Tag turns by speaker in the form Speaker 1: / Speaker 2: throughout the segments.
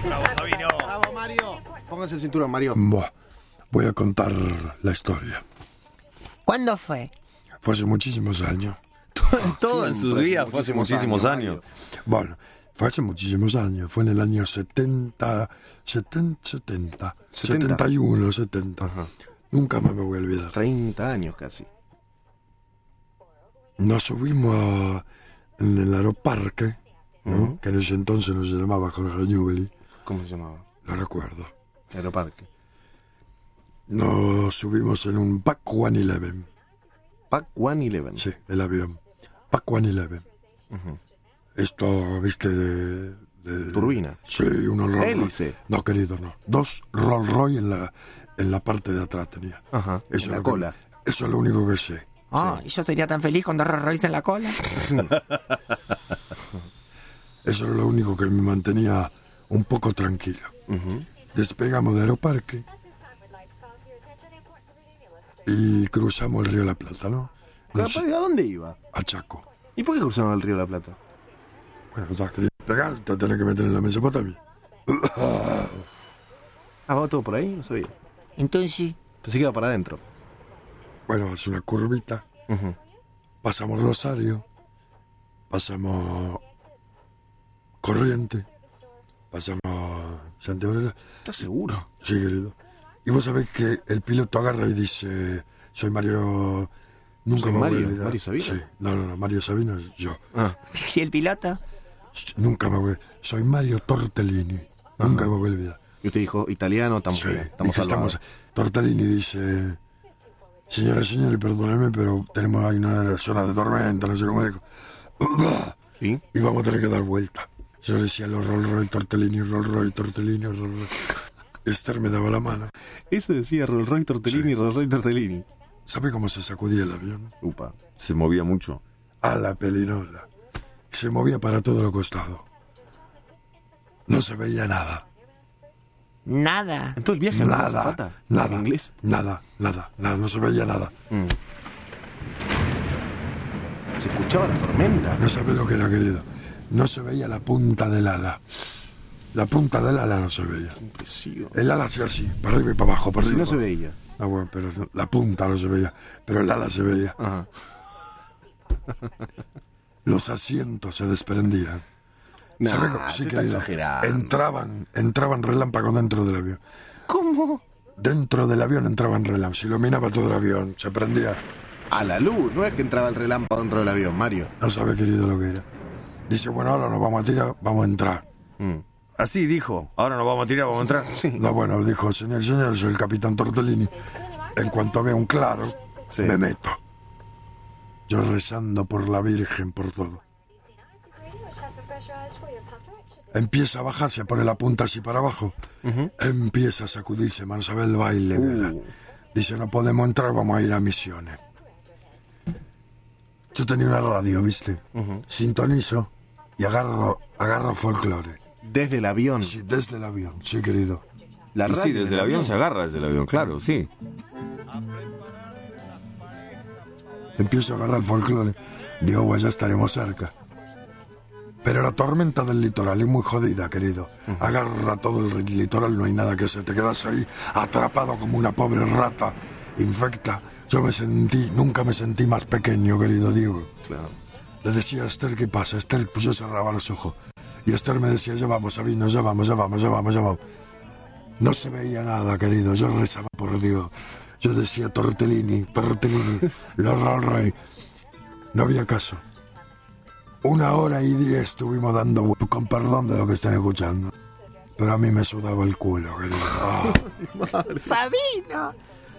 Speaker 1: Bravo, Sabino.
Speaker 2: Bravo, Mario. Póngase el cinturón, Mario.
Speaker 3: Buah, voy a contar la historia.
Speaker 4: ¿Cuándo fue?
Speaker 3: Fue hace muchísimos años.
Speaker 1: Todo en sus
Speaker 2: hace
Speaker 1: vidas fue hace muchísimos
Speaker 2: muchísimos años,
Speaker 1: años.
Speaker 3: Bueno, fue hace muchísimos años. Fue en el año 70, 70, 70,
Speaker 2: 70.
Speaker 3: 71, 70. Nunca más me voy a olvidar.
Speaker 2: 30 años casi.
Speaker 3: Nos subimos a- en el aeroparque, ¿no? que en ese entonces no se llamaba Jorge Newbery,
Speaker 2: ¿Cómo se llamaba?
Speaker 3: lo recuerdo.
Speaker 2: Aeroparque.
Speaker 3: Nos subimos en un Pac 111,
Speaker 2: Pac 111.
Speaker 3: sí, el avión. Pac 111. Esto, viste, de, de-
Speaker 2: Turbina.
Speaker 3: Sí, unos Rolls
Speaker 2: Hélice.
Speaker 3: No, querido, no. Dos Rolls Royce en la, en la parte de atrás tenía.
Speaker 2: Ajá, Ah, en la
Speaker 3: es lo que-
Speaker 2: cola.
Speaker 3: eso es lo único que sé.
Speaker 4: Ah, y yo sería tan feliz con dos Rolls Royce en la cola.
Speaker 3: Eso era lo único que me mantenía un poco tranquilo. Despegamos de Aeroparque y cruzamos el río de la Plata, ¿no?
Speaker 2: Ah,
Speaker 3: Nos-
Speaker 2: ¿A dónde iba?
Speaker 3: a Chaco.
Speaker 2: ¿Y por qué cruzaron el río de la Plata?
Speaker 3: Bueno, ya quería pegar, te tenés que meter en la Mesopotamia.
Speaker 2: Ah, va todo por ahí, no sabía.
Speaker 4: Entonces,
Speaker 2: Pensé que iba para adentro.
Speaker 3: Bueno, hace una curvita. Pasamos Rosario, pasamos Corriente, pasamos Santiago. de-
Speaker 2: ¿Estás seguro?
Speaker 3: Sí, querido. Y vos sabés que el piloto agarra y dice, soy Mario... Nunca
Speaker 2: Soy
Speaker 3: me voy a
Speaker 2: Mario,
Speaker 3: olvidar".
Speaker 2: Mario Sabino.
Speaker 3: Sí, no, no, no, Mario Sabino es yo.
Speaker 2: Ah,
Speaker 4: ¿y el piloto?
Speaker 3: Nunca me voy Soy Mario Tortellini. Nunca me voy a olvidar.
Speaker 2: y usted dijo italiano, estamos
Speaker 3: Sí,
Speaker 2: bien, estamos
Speaker 3: dije,
Speaker 2: salvados.
Speaker 3: estamos- Tortellini dice, señora, señores, perdónenme, pero tenemos ahí una zona de tormenta, no sé cómo Ah, dijo.
Speaker 2: ¿Sí?
Speaker 3: Y vamos a tener que dar vuelta. Yo le decía, los Rolls Royce, Tortellini, Rolls Royce, Tortellini, Rolls Royce. Esther me daba la mano.
Speaker 2: Ese decía Rolls Royce Tortellini, Rolls Royce Tortellini.
Speaker 3: ¿Sabe cómo se sacudía el avión?
Speaker 2: Upa.
Speaker 1: Se movía mucho.
Speaker 3: a la pelinola. Se movía para todos los costados. No se veía nada.
Speaker 4: Nada.
Speaker 2: ¿En todo el viaje hablaba
Speaker 3: Nada.
Speaker 2: azafata?
Speaker 3: Nada.
Speaker 2: ¿En inglés?
Speaker 3: Nada, nada, nada. No se veía nada.
Speaker 2: ¿Se escuchaba la tormenta?
Speaker 3: No sabes lo que era, querido. No se veía la punta del ala. La punta del ala no se veía.
Speaker 2: Impresión.
Speaker 3: El ala hacía así, para arriba y para abajo, para
Speaker 2: Si
Speaker 3: arriba.
Speaker 2: no se veía.
Speaker 3: Ah, bueno, pero la punta no se veía, pero el ala se veía.
Speaker 2: Ajá.
Speaker 3: Los asientos se desprendían.
Speaker 2: Nah,
Speaker 3: ¿Sabe cómo?
Speaker 2: usted está
Speaker 3: querido.
Speaker 2: exagerando.
Speaker 3: Entraban, entraban relámpagos dentro del avión.
Speaker 4: ¿Cómo?
Speaker 3: Dentro del avión entraban relámpagos, iluminaba todo el avión, se prendía.
Speaker 2: A la luz, no es que entraba el relámpago dentro del avión, Mario.
Speaker 3: No sabe, querido, lo que era. Dice, bueno, ahora nos vamos a tirar, vamos a entrar.
Speaker 1: Así dijo. Ahora nos vamos a tirar, vamos a entrar.
Speaker 3: No, bueno, dijo, señor, señor, soy el capitán Tortellini. En cuanto vea un claro,
Speaker 2: Sí.
Speaker 3: me meto. Yo rezando por la Virgen, por todo. Empieza a bajar, se pone la punta así para abajo. Empieza a sacudirse, man, sabe el baile. ¿verdad?
Speaker 2: Uh.
Speaker 3: Dice, no podemos entrar, vamos a ir a misiones. Yo tenía una radio, ¿viste? Sintonizo y agarro, agarro folclore.
Speaker 2: Desde el avión.
Speaker 3: Sí, desde el avión, sí, querido.
Speaker 2: La
Speaker 1: Y sí,
Speaker 2: radio
Speaker 1: desde el avión se agarra desde el avión, claro, sí.
Speaker 3: Empiezo a agarrar folclore. Digo, bueno, ya estaremos cerca. Pero la tormenta del litoral es muy jodida, querido. Agarra todo el ri- litoral, no hay nada que se te quedas ahí atrapado como una pobre rata infecta. Yo me sentí, nunca me sentí más pequeño, querido Diego.
Speaker 2: Claro.
Speaker 3: Le decía a Esther qué pasa. Esther, pues yo cerraba los ojos. Y Esther me decía, ya vamos, Sabino, ya vamos, ya vamos, ya vamos, ya vamos. No se veía nada, querido. Yo rezaba por Dios. Yo decía tortellini, tortellini, los Rolls Royce. No había caso. Una hora y diez estuvimos dando vueltas, con perdón de lo que están escuchando. Pero a mí me sudaba el culo, querido. Ah,
Speaker 4: ¡Sabino!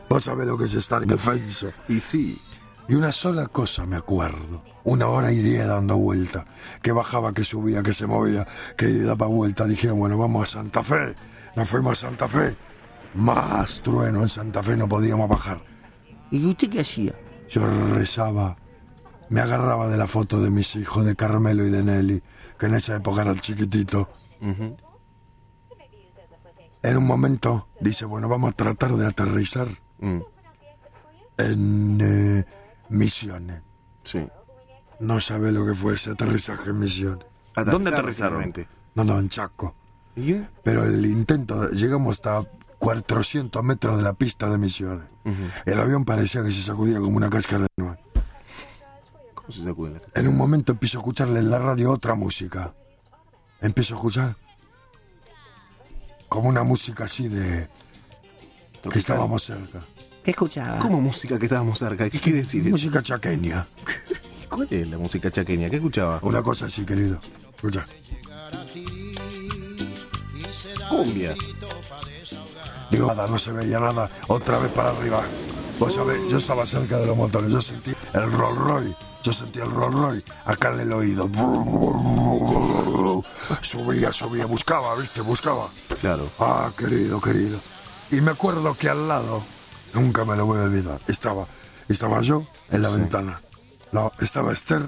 Speaker 3: vos sabés lo que es estar defenso.
Speaker 2: Y sí.
Speaker 3: Y una sola cosa me acuerdo. Una hora y diez dando vuelta. Que bajaba, que subía, que se movía, que daba vuelta. Dijeron, bueno, vamos a Santa Fe. Nos fuimos a Santa Fe. Más trueno en Santa Fe no podíamos bajar.
Speaker 4: ¿Y usted qué hacía?
Speaker 3: Yo rezaba. Me agarraba de la foto de mis hijos, de Carmelo y de Nelly, que en esa época eran chiquititos. En un momento dice, bueno, vamos a tratar de aterrizar
Speaker 2: Mm,
Speaker 3: en eh, Misiones.
Speaker 2: sí.
Speaker 3: No sabe lo que fue ese aterrizaje en Misiones.
Speaker 1: ¿Dónde
Speaker 2: Aterrizaron
Speaker 1: aterrizaron?
Speaker 2: finalmente.
Speaker 3: No, no, en Chaco.
Speaker 4: ¿Y?
Speaker 3: Pero el intento, llegamos hasta 400 metros de la pista de misiones. El avión parecía que se sacudía como una cáscara de nuez.
Speaker 2: ¿Cómo se sacude la cara?
Speaker 3: En un momento empiezo a escucharle en la radio otra música. Empiezo a escuchar como una música así de que estábamos cerca.
Speaker 4: ¿Qué escuchaba?
Speaker 2: ¿Cómo música que estábamos cerca? ¿Qué quiere decir eso?
Speaker 3: Música chaqueña.
Speaker 2: ¿Cuál es la música chaqueña? ¿Qué escuchaba?
Speaker 3: Una cosa así, querido. Escucha.
Speaker 2: Cumbia.
Speaker 3: Digo, nada, no se veía nada. Otra vez para arriba. Vos sabés, yo estaba cerca de los motores. Yo sentí el Rolls Royce. Yo sentí el Rolls Royce acá en el oído. Subía, subía, buscaba, ¿viste? Buscaba.
Speaker 2: Claro.
Speaker 3: Ah, querido, querido. Y me acuerdo que al lado, nunca me lo voy a olvidar, estaba, estaba yo en la ventana. No, estaba Esther,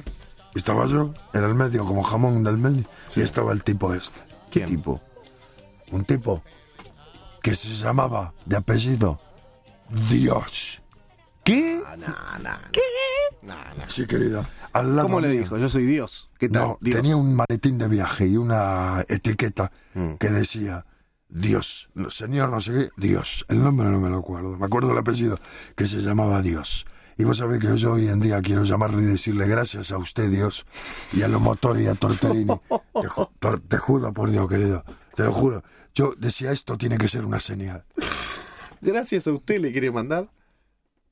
Speaker 3: estaba yo en el medio, como jamón del medio, y estaba el tipo este.
Speaker 1: ¿Qué tipo?
Speaker 3: Un tipo que se llamaba de apellido Dios. Ah, ¿Qué? Sí, querida. Al lado
Speaker 2: ¿Cómo le
Speaker 3: mío.
Speaker 2: dijo? Yo soy Dios. ¿Qué tal?
Speaker 3: No,
Speaker 2: Dios.
Speaker 3: tenía un maletín de viaje y una etiqueta
Speaker 2: Mm.
Speaker 3: que decía Dios, no, señor no sé qué, Dios. El nombre no me lo acuerdo, me acuerdo el apellido, que se llamaba Dios. Y vos sabés que yo hoy en día quiero llamarle y decirle gracias a usted, Dios, y a los motores y a Tortellini. Te, ju- tor- te juro, por Dios, querido, te lo juro. Yo decía, esto tiene que ser una señal.
Speaker 2: Gracias a usted le quiere mandar.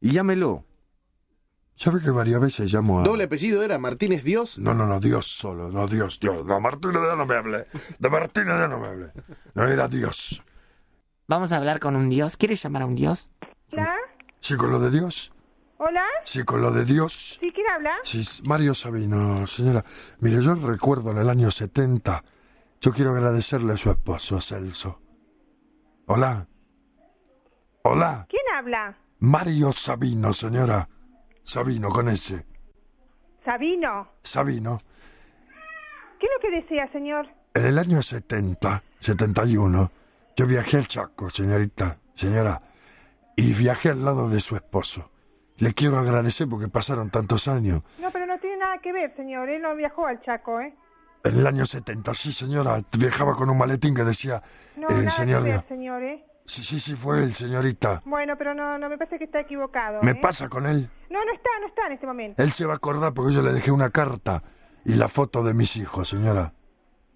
Speaker 1: Y llámelo.
Speaker 3: ¿Sabes que varias veces llamo a...
Speaker 2: Doble apellido era Martínez Dios.
Speaker 3: No, no, no, Dios solo, no, Dios, Dios. No, Martínez de no me hable. De Martínez de no me hable. No, era Dios.
Speaker 4: Vamos a hablar con un dios. ¿Quieres llamar a un dios?
Speaker 5: Hola,
Speaker 3: Sí, con lo de Dios.
Speaker 5: hola,
Speaker 3: Sí, con lo de Dios.
Speaker 5: ¿sí quién habla?
Speaker 3: Sí, Mario Sabino, señora. Mire, yo recuerdo en el año 70. Yo quiero agradecerle a su esposo, Celso. Hola. Hola.
Speaker 5: ¿Quién habla?
Speaker 3: Mario Sabino, señora. Sabino, con ese.
Speaker 5: Sabino.
Speaker 3: Sabino.
Speaker 5: ¿Qué es lo que desea, señor?
Speaker 3: En el año 70, 71, yo viajé al Chaco, señorita, señora, y viajé al lado de su esposo. Le quiero agradecer porque pasaron tantos años.
Speaker 5: No, pero no tiene nada que ver, señor. Él no viajó al Chaco, ¿eh?
Speaker 3: En el año 70, sí, señora. Viajaba con un maletín que decía,
Speaker 5: No,
Speaker 3: eh,
Speaker 5: nada
Speaker 3: señor.
Speaker 5: que ver,
Speaker 3: Díaz.
Speaker 5: señor, ¿eh?
Speaker 3: Sí, sí, sí, fue él, señorita.
Speaker 5: Bueno, pero no, no me parece que está equivocado.
Speaker 3: Me
Speaker 5: ¿eh?
Speaker 3: pasa con él.
Speaker 5: No, no está, no está en este momento.
Speaker 3: Él se va a acordar porque yo le dejé una carta y la foto de mis hijos, señora.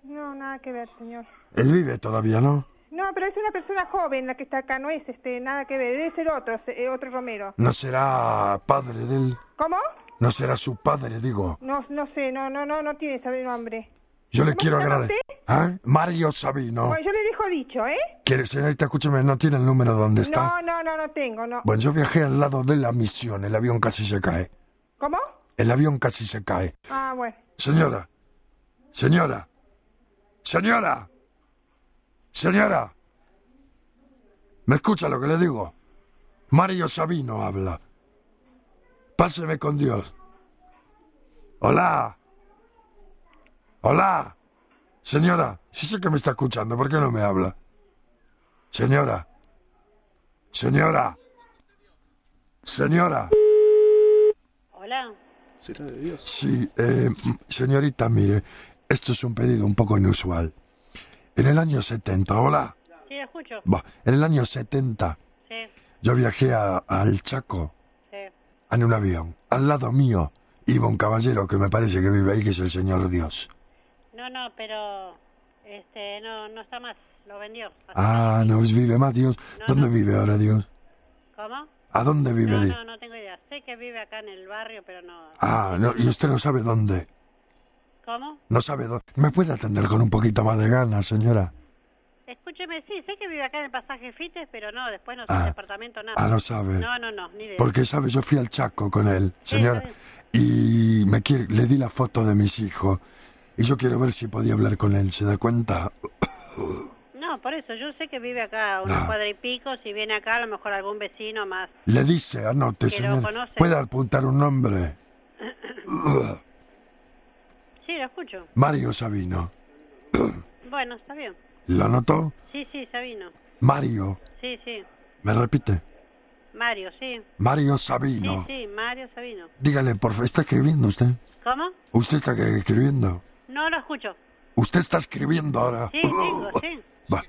Speaker 5: No, nada que ver, señor.
Speaker 3: Él vive todavía, ¿no?
Speaker 5: No, pero es una persona joven la que está acá, no es este, nada que ver. Debe ser otro, se- eh, otro Romero.
Speaker 3: No será padre de él.
Speaker 5: ¿Cómo?
Speaker 3: No será su padre, digo.
Speaker 5: No, no sé, no, no, no, no tiene saber nombre.
Speaker 3: Yo le
Speaker 5: ¿Cómo
Speaker 3: quiero
Speaker 5: se llama
Speaker 3: agradecer. ¿Ah? Mario Sabino.
Speaker 5: Bueno, yo le dejo dicho, ¿eh?
Speaker 3: ¿Quiere, señorita, escúcheme, no tiene el número donde está?
Speaker 5: No, no, no, no tengo, no.
Speaker 3: Bueno, yo viajé al lado de la misión. El avión casi se cae.
Speaker 5: ¿Cómo?
Speaker 3: El avión casi se cae.
Speaker 5: Ah, bueno.
Speaker 3: Señora. Señora. Señora. Señora. ¿Me escucha lo que le digo? Mario Sabino habla. Páseme con Dios. Hola. Hola. Señora, si sé que me está escuchando, ¿por qué no me habla? Señora. Señora. Señora.
Speaker 6: Hola,
Speaker 2: ¿Será de Dios?
Speaker 3: Sí, eh, señorita, mire, esto es un pedido un poco inusual. En el año 70, hola.
Speaker 6: sí, escucho.
Speaker 3: va, en el año 70
Speaker 6: Sí,
Speaker 3: yo viajé a- al Chaco
Speaker 6: sí.
Speaker 3: en un avión. Al lado mío iba un caballero que me parece que vive ahí, que es el señor Dios.
Speaker 6: No, no, pero este, no, no está más. Lo vendió.
Speaker 3: Ah, no vive más Dios. ¿Dónde vive ahora Dios?
Speaker 6: ¿Cómo?
Speaker 3: ¿A dónde vive
Speaker 6: No,
Speaker 3: Dios?
Speaker 6: no, no tengo idea. Sé que vive acá en el barrio, pero no.
Speaker 3: Ah, no, y usted no sabe dónde.
Speaker 6: ¿Cómo?
Speaker 3: No sabe dónde. ¿Me puede atender con un poquito más de ganas, señora?
Speaker 6: Escúcheme, sí, sé que vive acá en el pasaje Fites, pero no, después no sé
Speaker 3: Ah.
Speaker 6: departamento, nada.
Speaker 3: Ah, no sabe.
Speaker 6: No, no, no, ni idea.
Speaker 3: Porque, ¿sabe? Yo fui al Chaco con él,
Speaker 6: Sí,
Speaker 3: señora,
Speaker 6: está
Speaker 3: y me quiere- le di la foto de mis hijos. Y yo quiero ver si podía hablar con él, ¿se da cuenta?
Speaker 6: No, por eso, yo sé que vive acá a una
Speaker 3: No.
Speaker 6: cuadra y pico. Si viene acá, a lo mejor algún vecino más.
Speaker 3: Le dice, anote,
Speaker 6: Que lo
Speaker 3: señor.
Speaker 6: conoce.
Speaker 3: ¿Puede apuntar un nombre?
Speaker 6: Sí, lo escucho.
Speaker 3: Mario Sabino.
Speaker 6: Bueno, está bien.
Speaker 3: ¿Lo anotó?
Speaker 6: Sí, sí, Sabino.
Speaker 3: Mario.
Speaker 6: Sí, sí.
Speaker 3: ¿Me repite?
Speaker 6: Mario, sí.
Speaker 3: Mario
Speaker 6: Sí,
Speaker 3: Sabino.
Speaker 6: sí, Mario Sabino.
Speaker 3: Dígale, por favor, ¿está escribiendo usted?
Speaker 6: ¿Cómo?
Speaker 3: ¿Usted está que- escribiendo?
Speaker 6: No lo escucho.
Speaker 3: Usted está escribiendo ahora.
Speaker 6: Sí, chicos, sí.
Speaker 3: Va.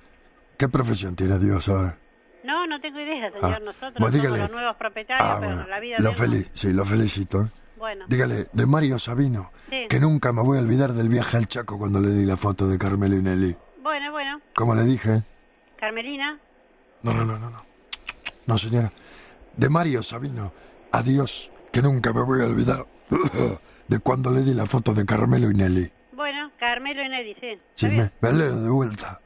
Speaker 3: ¿Qué profesión tiene Dios ahora?
Speaker 6: No, no tengo idea, señor.
Speaker 3: Ah,
Speaker 6: Nosotros
Speaker 3: bueno, dígale.
Speaker 6: somos los nuevos propietarios, pero la vida
Speaker 3: Ah, Lo
Speaker 6: de
Speaker 3: feliz, sí, lo felicito. ¿eh?
Speaker 6: Bueno,
Speaker 3: Dígale, de Mario Sabino,
Speaker 6: Sí.
Speaker 3: que nunca me voy a olvidar del viaje al Chaco cuando le di la foto de Carmelo y Nelly.
Speaker 6: bueno, bueno.
Speaker 3: Como le dije.
Speaker 6: Carmelina,
Speaker 3: No, no, no, no, no. No, señora. De Mario Sabino, adiós, que nunca me voy a olvidar de cuando le di la foto de Carmelo y Nelly.
Speaker 6: bueno, Carmelo y Nelly, sí. ¿Está
Speaker 3: Sí,
Speaker 6: bien?
Speaker 3: me, me leo de vuelta.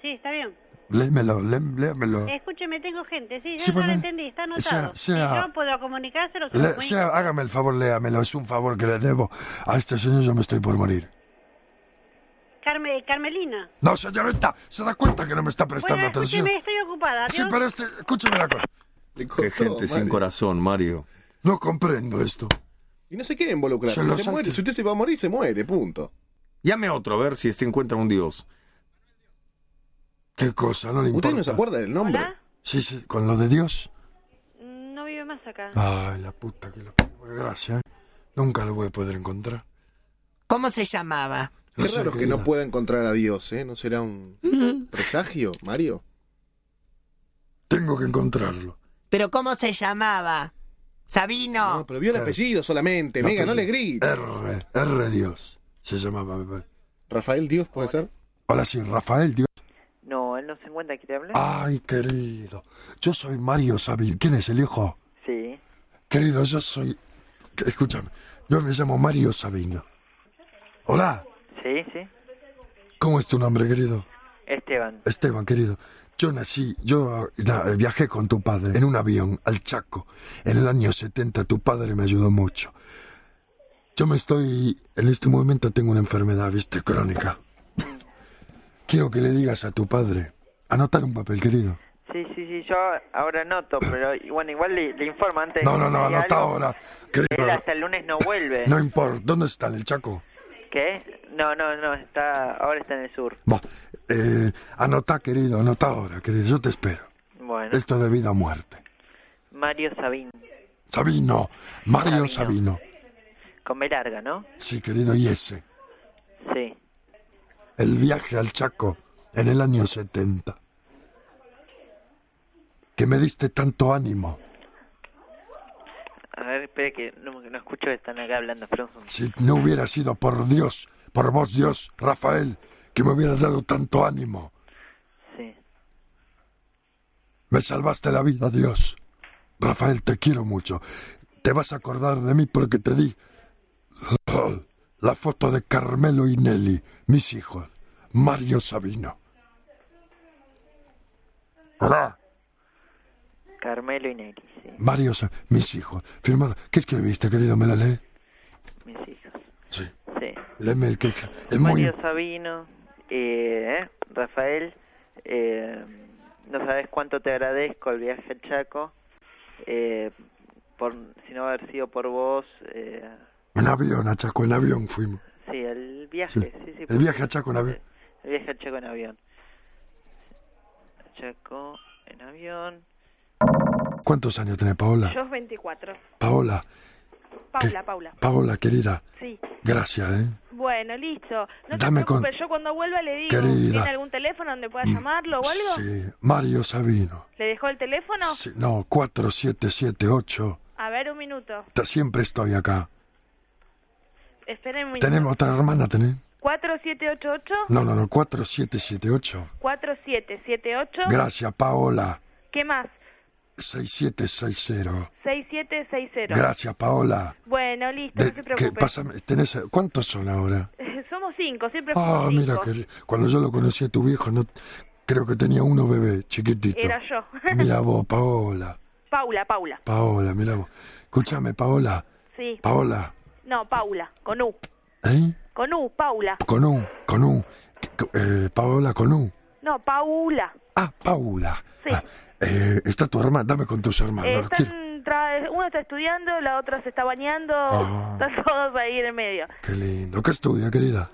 Speaker 6: Sí, está bien.
Speaker 3: Léemelo, lé- léamelo.
Speaker 6: Escúcheme, tengo gente, sí, yo
Speaker 3: Ah. Sí,
Speaker 6: ya
Speaker 3: bueno,
Speaker 6: lo entendí, está anotado.
Speaker 3: sea- sea-
Speaker 6: Si yo puedo comunicárselo, se lo
Speaker 3: Le-
Speaker 6: comunico.
Speaker 3: sea, hágame el favor, léamelo. Es un favor que le debo. A este señor yo me estoy por morir.
Speaker 6: Carme- Carmelina.
Speaker 3: No, señorita, se da cuenta que no me está prestando
Speaker 6: Bueno,
Speaker 3: atención.
Speaker 6: escúcheme, estoy ocupada.
Speaker 3: Sí,
Speaker 6: adiós.
Speaker 3: pero este, escúcheme la cosa.
Speaker 2: Le costó,
Speaker 1: Qué gente sin
Speaker 2: Mario.
Speaker 1: corazón, Mario.
Speaker 3: No comprendo esto.
Speaker 2: Y no se quiere involucrar.
Speaker 3: Se
Speaker 2: Se,
Speaker 3: lo saque.
Speaker 2: muere. Si usted se va a morir, se muere, punto.
Speaker 1: Llame a otro a ver si se encuentra un dios.
Speaker 3: ¿Qué cosa? No le importa.
Speaker 2: ¿Usted no se acuerda del nombre?
Speaker 6: ¿Hola? Mm,
Speaker 3: Sí, sí, con lo de Dios.
Speaker 6: No vive más acá.
Speaker 3: Ay, la puta que lo Gracias, ¿eh? Nunca lo voy a poder encontrar.
Speaker 4: ¿Cómo se llamaba?
Speaker 3: No
Speaker 2: Qué
Speaker 3: sé,
Speaker 2: raro es que
Speaker 3: querida.
Speaker 2: no pueda encontrar a Dios, ¿eh? ¿No será un presagio, Mario?
Speaker 3: Tengo que encontrarlo.
Speaker 4: ¿Pero cómo se llamaba? Sabino.
Speaker 2: No, Ah, pero vio el apellido solamente.
Speaker 3: La
Speaker 2: Mega, no
Speaker 3: cosa-
Speaker 2: le grite.
Speaker 3: R, R Dios. Se llamaba, me parece.
Speaker 2: Rafael Dios, ¿puede ser?
Speaker 3: Hola, sí, Rafael Dios.
Speaker 7: No, él no se encuentra. ¿Quiere hablar?
Speaker 3: Ay, querido. Yo soy Mario Sabino. ¿Quién es el hijo?
Speaker 7: Sí.
Speaker 3: Querido, yo soy. Escúchame, yo me llamo Mario Sabino. Hola,
Speaker 7: Sí, sí.
Speaker 3: ¿cómo es tu nombre, querido?
Speaker 7: Esteban.
Speaker 3: Esteban, querido, yo nací, yo na, viajé con tu padre en un avión al Chaco. En el año 70 tu padre me ayudó mucho. Yo me estoy, en este momento tengo una enfermedad, viste, crónica. Quiero que le digas a tu padre, anotar un papel, querido.
Speaker 7: Sí, sí, sí. Yo ahora noto, pero y bueno, igual le, le informo antes. de
Speaker 3: No,
Speaker 7: que
Speaker 3: no, no,
Speaker 7: diga
Speaker 3: anota
Speaker 7: algo.
Speaker 3: ahora.
Speaker 7: Él
Speaker 3: Querido,
Speaker 7: hasta el lunes no vuelve.
Speaker 3: no importa, ¿dónde está? ¿En el Chaco?
Speaker 7: ¿Qué? No, no, no. Está, ahora está en el sur.
Speaker 3: Va, eh, anota, querido, anota ahora, querido, yo te espero.
Speaker 7: Bueno.
Speaker 3: Esto de vida o muerte.
Speaker 7: Mario Sabín.
Speaker 3: Sabino, Mario Sabino.
Speaker 7: Con B larga, ¿no?
Speaker 3: Sí, querido, y ese.
Speaker 7: Sí.
Speaker 3: El viaje al Chaco en el año 70. Que me diste tanto ánimo.
Speaker 7: A ver, espera que no, no escucho. Están acá hablando. Pero...
Speaker 3: Si no hubiera sido por Dios, por vos Dios, Rafael, que me hubieras dado tanto ánimo.
Speaker 7: Sí.
Speaker 3: Me salvaste la vida, Dios. Rafael, te quiero mucho. Te vas a acordar de mí porque te di la foto de Carmelo y Nelly, mis hijos, Mario Sabino. Hola.
Speaker 7: Carmelo y Nelly. Sí.
Speaker 3: Mario, Sa- mis hijos. Firmado. ¿Qué escribiste, querido? ¿Me la lee?
Speaker 7: Mis hijos.
Speaker 3: Sí.
Speaker 7: Sí.
Speaker 3: Léeme el que... Es muy...
Speaker 7: Mario Sabino, eh, Rafael, eh, no sabes cuánto te agradezco el viaje al Chaco, eh, por, si no haber sido por vos, eh,
Speaker 3: En avión, a Chaco, en avión fuimos.
Speaker 7: sí, el viaje,
Speaker 3: Sí.
Speaker 7: sí, sí,
Speaker 3: El viaje a Chaco en avión.
Speaker 7: el viaje al Chaco en avión. Chaco en avión.
Speaker 3: ¿Cuántos años tiene Paola?
Speaker 5: Yo 24.
Speaker 3: Paola.
Speaker 5: Paula,
Speaker 3: ¿qué?
Speaker 5: Paula.
Speaker 3: Paola, querida.
Speaker 5: Sí.
Speaker 3: Gracias, ¿eh?
Speaker 5: Bueno, listo. No
Speaker 3: Dame
Speaker 5: te preocupes,
Speaker 3: con-
Speaker 5: yo cuando vuelva le digo,
Speaker 3: Querida. Mm,
Speaker 5: ¿tiene algún teléfono donde pueda llamarlo o algo?
Speaker 3: Sí. Mario Sabino.
Speaker 5: ¿Le dejó el teléfono?
Speaker 3: Sí, no, 4778.
Speaker 5: A ver, un minuto.
Speaker 3: Ta- Siempre estoy acá.
Speaker 5: Esperen un minuto.
Speaker 3: ¿Tenemos otra hermana, tenés?
Speaker 5: 4788
Speaker 3: No, no, no, 4778.
Speaker 5: 4778.
Speaker 3: Gracias, Paola.
Speaker 5: ¿Qué más?
Speaker 3: 6760.
Speaker 5: 6760.
Speaker 3: Gracias, Paola.
Speaker 5: Bueno, listo,
Speaker 3: De-
Speaker 5: no se
Speaker 3: que,
Speaker 5: preocupe.
Speaker 3: pásame, tenés, ¿Cuántos son ahora?
Speaker 5: Somos cinco, siempre
Speaker 3: Ah,
Speaker 5: fuimos cinco.
Speaker 3: mira, que cuando yo lo conocí a tu viejo, no, creo que tenía uno bebé, chiquitito.
Speaker 5: Era yo.
Speaker 3: mira vos, Paola.
Speaker 5: Paula, Paula.
Speaker 3: Paola, mira vos. Escúchame, Paola.
Speaker 5: Sí.
Speaker 3: Paola,
Speaker 5: No, Paula, con U.
Speaker 3: ¿eh?
Speaker 5: Con U, Paula.
Speaker 3: Con un, con un. que- eh, Paola, con un.
Speaker 5: No, Paula.
Speaker 3: Ah, Paula.
Speaker 5: Sí.
Speaker 3: Ah, eh, está tu hermana, dame con tus hermanos.
Speaker 5: Eh,
Speaker 3: los Ah, quiero.
Speaker 5: están tra- uno está estudiando, la otra se está bañando.
Speaker 3: Ah.
Speaker 5: Están todos ahí en el medio.
Speaker 3: Qué lindo. ¿Qué estudia, querida?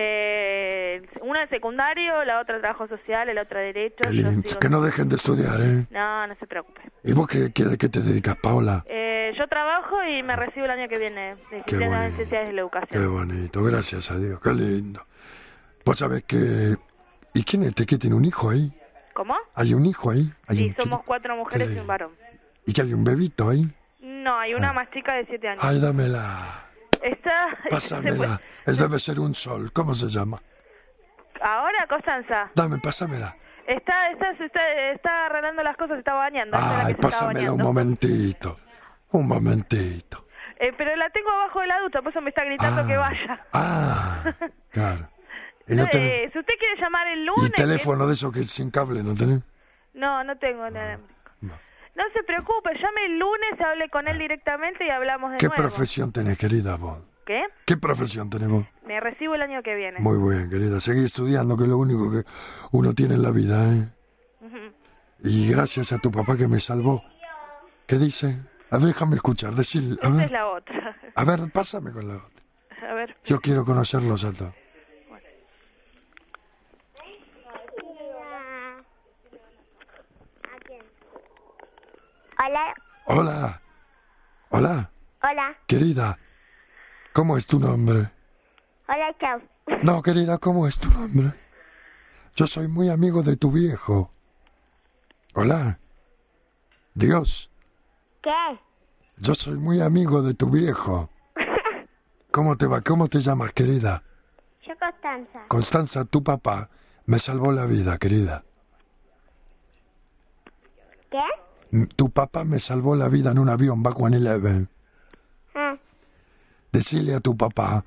Speaker 5: Eh, una de secundario, la otra trabajo social, la otra derecho.
Speaker 3: Qué
Speaker 5: yo
Speaker 3: lindo.
Speaker 5: sigo-
Speaker 3: Que no dejen de estudiar, ¿eh?
Speaker 5: no, no se preocupe.
Speaker 3: ¿Y vos qué, qué- de qué te dedicas, Paola?
Speaker 5: Eh,
Speaker 8: yo trabajo y me recibo el año que viene. de
Speaker 3: Ah. Qué
Speaker 8: Ciencias de las
Speaker 3: bonito.
Speaker 8: necesidades de la
Speaker 3: Qué
Speaker 8: educación.
Speaker 3: bonito, gracias a Dios, qué lindo. Vos sabés que... ¿Y quién es este que tiene un hijo ahí?
Speaker 8: ¿Cómo?
Speaker 3: ¿Hay un hijo ahí? ¿Hay
Speaker 8: Sí,
Speaker 3: un
Speaker 8: somos
Speaker 3: chiquito?
Speaker 8: cuatro mujeres
Speaker 3: Qué
Speaker 8: y un varón.
Speaker 3: ¿Y que hay un bebito ahí?
Speaker 8: No, hay una
Speaker 3: Ah.
Speaker 8: más chica de siete años.
Speaker 3: Ay, dámela,
Speaker 8: Está...
Speaker 3: pásamela. Él debe ser un sol, ¿cómo se llama?
Speaker 8: Ahora, Costanza.
Speaker 3: Dame, pásamela.
Speaker 8: Está, está, se está, está arreglando las cosas, se está bañando. esa es la
Speaker 3: Ay,
Speaker 8: que se estaba
Speaker 3: pásamela un
Speaker 8: bañando.
Speaker 3: momentito, un momentito.
Speaker 8: Eh, pero la tengo abajo de la ducha, por eso me está gritando que vaya.
Speaker 3: Ah, claro. ¿Y, no
Speaker 8: Eh,
Speaker 3: tenés-
Speaker 8: si usted quiere llamar el
Speaker 3: y
Speaker 8: lunes...
Speaker 3: teléfono de eso que es sin cable no tenés?
Speaker 8: que- No, no tengo nada.
Speaker 3: Ah, No. Ah.
Speaker 8: No se preocupe, llame el lunes, hable con él directamente y hablamos de
Speaker 3: ¿Qué
Speaker 8: nuevo.
Speaker 3: profesión tenés, querida vos?
Speaker 8: ¿Qué?
Speaker 3: ¿Qué profesión tenés vos?
Speaker 8: Me recibo el año que viene.
Speaker 3: Muy bien, querida. Seguí estudiando, que es lo único que uno tiene en la vida, ¿eh? Y gracias a tu papá que me salvó. ¿Qué dice? A ver, déjame escuchar, decir, a
Speaker 8: Esta es
Speaker 3: ver,
Speaker 8: la otra.
Speaker 3: a ver, pásame con la otra.
Speaker 8: A ver.
Speaker 3: Yo quiero conocerlos a todos.
Speaker 9: Hola,
Speaker 3: Hola, hola,
Speaker 9: hola,
Speaker 3: querida. ¿Cómo es tu nombre?
Speaker 9: hola, chao.
Speaker 3: No, querida, ¿cómo es tu nombre? Yo soy muy amigo de tu viejo. Hola. Dios,
Speaker 9: ¿Qué?
Speaker 3: yo soy muy amigo de tu viejo. ¿Cómo te va? ¿Cómo te llamas, querida?
Speaker 9: Yo Constanza.
Speaker 3: Constanza, tu papá me salvó la vida, querida.
Speaker 9: ¿Qué?
Speaker 3: Mm, Tu papá me salvó la vida en un avión, va con Eleven.
Speaker 9: Ah,
Speaker 3: Decile a tu papá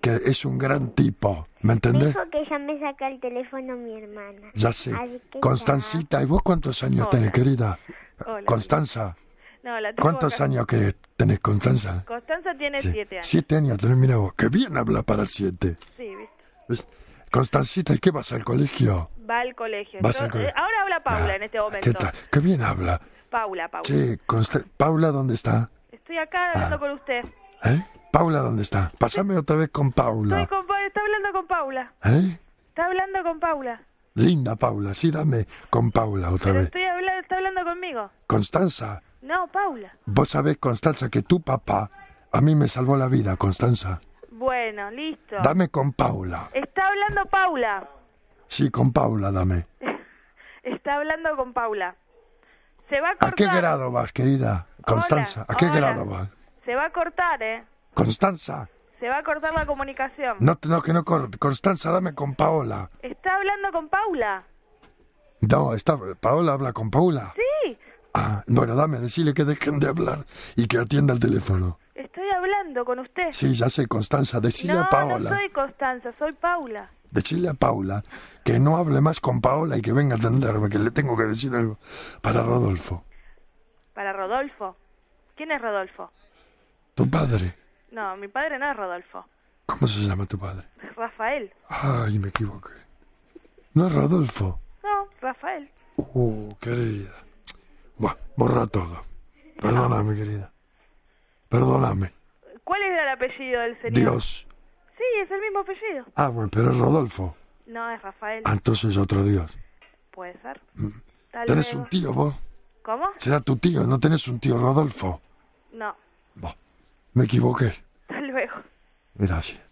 Speaker 3: que es un gran tipo, ¿me
Speaker 9: me
Speaker 3: entendés?
Speaker 9: dijo que ya me saca el teléfono mi hermana.
Speaker 3: Ya sé.
Speaker 9: Así que
Speaker 3: Constancita, ¿y vos cuántos años
Speaker 8: Hola.
Speaker 3: tenés, querida?
Speaker 8: Hola.
Speaker 3: Constanza.
Speaker 8: No, la tengo
Speaker 3: ¿Cuántos
Speaker 8: acá.
Speaker 3: años querés, tenés, Constanza?
Speaker 8: Constanza tiene
Speaker 3: Sí.
Speaker 8: siete años.
Speaker 3: Siete años tenés, mira vos. Qué bien habla para siete.
Speaker 8: Sí, ¿viste?
Speaker 3: ¿Ves? Constancita, ¿y qué vas al colegio?
Speaker 8: Va al colegio.
Speaker 3: Vas al
Speaker 8: Yo-
Speaker 3: colegio.
Speaker 8: eh, Ahora habla Paula
Speaker 3: Ah,
Speaker 8: en este momento.
Speaker 3: ¿Qué tal? Qué bien habla.
Speaker 8: Paula, Paula.
Speaker 3: Che, Consta- Paula, ¿dónde está?
Speaker 8: Estoy acá
Speaker 3: Ah.
Speaker 8: hablando con usted.
Speaker 3: ¿Eh? Paula, ¿dónde está? Pásame otra vez con
Speaker 8: Estoy
Speaker 3: Paula.
Speaker 8: con Pa- está hablando con Paula.
Speaker 3: ¿Eh?
Speaker 8: Está hablando con Paula.
Speaker 3: Linda Paula, sí, dame con Paula otra
Speaker 8: Pero
Speaker 3: vez.
Speaker 8: estoy hablando, está hablando conmigo.
Speaker 3: Constanza,
Speaker 8: No, Paula.
Speaker 3: vos sabés, Constanza, que tu papá a mí me salvó la vida, Constanza.
Speaker 8: Bueno, listo.
Speaker 3: Dame con Paula.
Speaker 8: Está hablando Paula.
Speaker 3: Sí, con Paula, dame.
Speaker 8: Está hablando con Paula. Se va a
Speaker 3: ¿A
Speaker 8: cortar.
Speaker 3: qué grado vas, querida? Constanza,
Speaker 8: Hola,
Speaker 3: ¿a qué
Speaker 8: hola.
Speaker 3: grado vas?
Speaker 8: Se va a cortar, ¿eh?
Speaker 3: Constanza,
Speaker 8: Se va a cortar la comunicación.
Speaker 3: no, no, que no, cor- Constanza, dame con Paola.
Speaker 8: Está hablando con Paula.
Speaker 3: No, está, Paola habla con Paula.
Speaker 8: Sí,
Speaker 3: Ah, bueno, dame, decile que dejen de hablar y que atienda el teléfono.
Speaker 8: estoy hablando con usted.
Speaker 3: Sí, ya sé, Constanza, decile
Speaker 8: no,
Speaker 3: a Paola,
Speaker 8: no soy Constanza, soy Paula.
Speaker 3: decile a Paola que no hable más con Paola y que venga a atenderme, que le tengo que decir algo para Rodolfo,
Speaker 8: Para Rodolfo. ¿Quién es Rodolfo?
Speaker 3: tu padre.
Speaker 8: No, mi padre no es Rodolfo.
Speaker 3: ¿Cómo se llama tu padre?
Speaker 8: Es Rafael.
Speaker 3: Ay, me equivoqué. No es Rodolfo.
Speaker 8: No, Rafael.
Speaker 3: Uh, querida. Buah, borra todo. Perdóname, querida. Perdóname.
Speaker 8: ¿Cuál era el apellido del señor?
Speaker 3: Dios.
Speaker 8: Sí, es el mismo apellido.
Speaker 3: Ah, bueno, pero es Rodolfo.
Speaker 8: No, es Rafael.
Speaker 3: Ah, entonces otro Dios.
Speaker 8: Puede ser. Tal
Speaker 3: ¿Tenés
Speaker 8: vez.
Speaker 3: un tío vos?
Speaker 8: ¿Cómo?
Speaker 3: Será tu tío, no tenés un tío Rodolfo.
Speaker 8: No,
Speaker 3: Buah, me equivoqué.
Speaker 8: hasta luego.
Speaker 3: Gracias.